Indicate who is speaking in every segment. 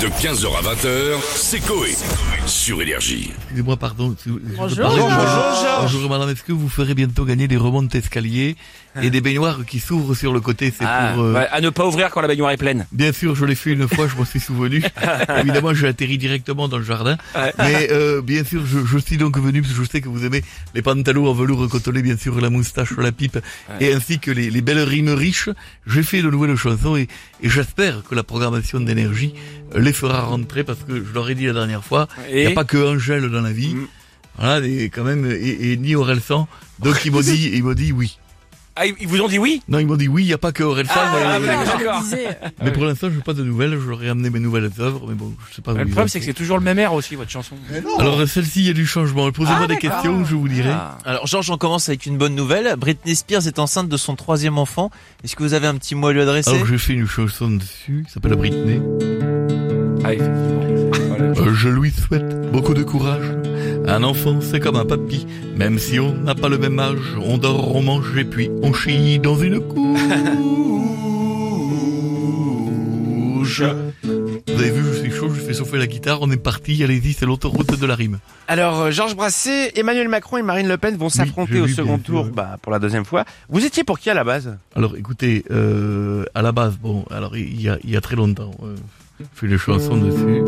Speaker 1: De 15h à 20h, c'est Coé. Sur Énergie.
Speaker 2: Excusez-moi, pardon. si vous- je peux
Speaker 3: Bonjour,
Speaker 2: parler.
Speaker 3: Georges.
Speaker 2: Bonjour, madame. Est-ce que vous ferez bientôt gagner des remontes escaliers et des baignoires qui s'ouvrent sur le côté C'est
Speaker 4: Ah,
Speaker 2: pour. euh,
Speaker 4: ouais, à ne pas ouvrir quand la baignoire est pleine.
Speaker 2: Bien sûr, je l'ai fait une fois, je m'en suis souvenu. Évidemment, j'ai atterri directement dans le jardin.
Speaker 4: Ouais.
Speaker 2: Mais euh, bien sûr, je, je suis donc venu, parce que je sais que vous aimez les pantalons en velours cotonné, bien sûr, la moustache, la pipe, et ainsi que les, les belles rimes riches. J'ai fait de nouvelles chansons et, et j'espère que la programmation d'énergie euh, les fera rentrer, parce que je leur ai dit la dernière fois, il n'y
Speaker 4: Et
Speaker 2: a pas que Angèle dans la vie.
Speaker 4: Mm.
Speaker 2: Voilà, et quand même, et, et ni Orelsan. Donc ils m'ont dit, ils m'ont dit oui.
Speaker 4: Ah, ils vous ont dit oui
Speaker 2: Non, ils m'ont dit oui, il n'y a pas que Orelsan.
Speaker 4: Ah,
Speaker 2: mais-
Speaker 4: d'accord.
Speaker 2: mais pour l'instant, je n'ai pas de nouvelles. Je leur ai amené mes nouvelles œuvres, mais bon, je sais pas. où
Speaker 4: Le
Speaker 2: ils
Speaker 4: problème,
Speaker 2: en
Speaker 4: c'est que
Speaker 2: sont.
Speaker 4: c'est toujours le même air aussi, votre chanson.
Speaker 2: Alors celle-ci, il y a du changement. Posez-moi
Speaker 4: Ah,
Speaker 2: des
Speaker 4: d'accord.
Speaker 2: questions, je vous dirai.
Speaker 4: Ah.
Speaker 5: Alors Georges, on commence avec une bonne nouvelle. Britney Spears est enceinte de son troisième enfant. Est-ce que vous avez un petit mot à lui adresser
Speaker 2: Alors j'ai fait une chanson dessus, qui s'appelle Britney.
Speaker 4: Ah, effectivement. Voilà.
Speaker 2: Euh, je lui souhaite beaucoup de courage. Un enfant, c'est comme un papy. Même si on n'a pas le même âge, on dort, on mange et puis on chie dans une couche. Vous avez vu, je suis chaud, je fais chauffer la guitare, on est parti, allez-y, c'est l'autoroute de la rime.
Speaker 6: Alors, euh, Georges Brassé, Emmanuel Macron et Marine Le Pen vont s'affronter
Speaker 2: j'ai
Speaker 6: au
Speaker 2: lu, bien
Speaker 6: second
Speaker 2: sûr,
Speaker 6: tour
Speaker 2: ouais.
Speaker 6: bah, pour la deuxième fois. Vous étiez pour qui à la base
Speaker 2: Alors écoutez, euh, à la base, bon, alors il y a, il y a très longtemps, euh, je fais des chansons dessus.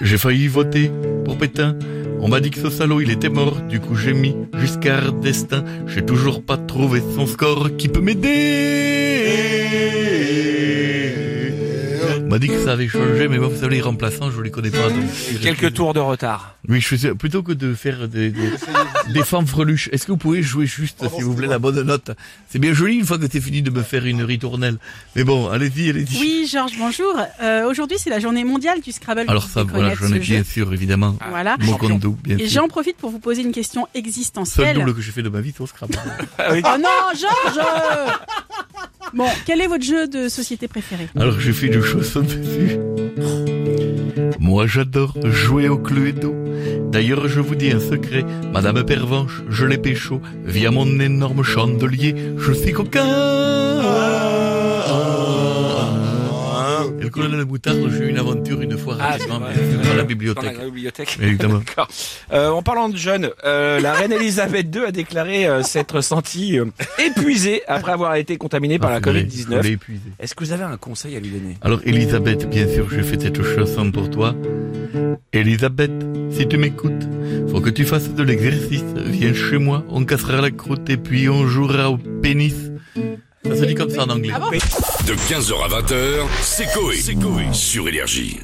Speaker 2: J'ai failli voter pour Pétain. On m'a dit que ce salaud, il était mort. Du coup, j'ai mis jusqu'à destin. J'ai toujours pas trouvé son score qui peut m'aider. On m'a dit que ça avait changé, mais moi, vous savez, les remplaçants, je les connais pas. donc je suis resté-
Speaker 4: Quelques tours de retard.
Speaker 2: oui, je sais, plutôt que de faire des, des, des fanfreluches, est-ce que vous pouvez jouer juste, s'il vous plaît, la bonne note C'est bien joli une fois que c'est fini de me faire une ritournelle. Mais bon, allez-y, allez-y.
Speaker 3: Oui, Georges, bonjour. Euh, Aujourd'hui, c'est la journée mondiale du Scrabble.
Speaker 2: Alors
Speaker 3: Vous
Speaker 2: ça,
Speaker 3: devez
Speaker 2: voilà,
Speaker 3: connaître
Speaker 2: j'en ai
Speaker 3: ce jeu.
Speaker 2: bien sûr, évidemment.
Speaker 3: Voilà.
Speaker 2: Mon condo, bien
Speaker 3: Ah, Et
Speaker 2: sûr.
Speaker 3: j'en profite pour vous poser une question
Speaker 2: Seul
Speaker 3: existentielle.
Speaker 2: double que j'ai fait de ma vie, c'est au Scrabble.
Speaker 4: Ah oui.
Speaker 3: Oh non, Georges Bon, quel est votre jeu de société préféré
Speaker 2: Alors j'ai fait une chanson dessus. Moi j'adore jouer au Cluedo. D'ailleurs je vous dis un secret, Madame Pervenche, je l'ai pécho via mon énorme chandelier. Je suis coquin. Et le colonel Moutarde, j'ai eu une aventure une fois
Speaker 4: Ah,
Speaker 2: rapidement,
Speaker 4: c'est vrai,
Speaker 2: mais
Speaker 4: c'est vrai.
Speaker 2: dans la
Speaker 4: Dans la
Speaker 2: bibliothèque.
Speaker 4: bibliothèque.
Speaker 2: Évidemment.
Speaker 4: D'accord. Euh, en parlant de jeunes, euh, la reine Elisabeth II a déclaré euh, s'être sentie euh, épuisée après avoir été contaminée par la
Speaker 2: Je l'ai- je l'ai
Speaker 4: Covid-19.
Speaker 2: épuisé.
Speaker 4: Est-ce que vous avez un conseil à lui donner
Speaker 2: Alors Elisabeth, bien sûr, j'ai fait cette chanson pour toi. Elisabeth, si tu m'écoutes, faut que tu fasses de l'exercice. Viens chez moi, on cassera la croûte et puis on jouera au pénis. Ça se dit comme ça en anglais.
Speaker 3: Ah bon
Speaker 1: De 15h à 20h, c'est Coé. Sur Énergie.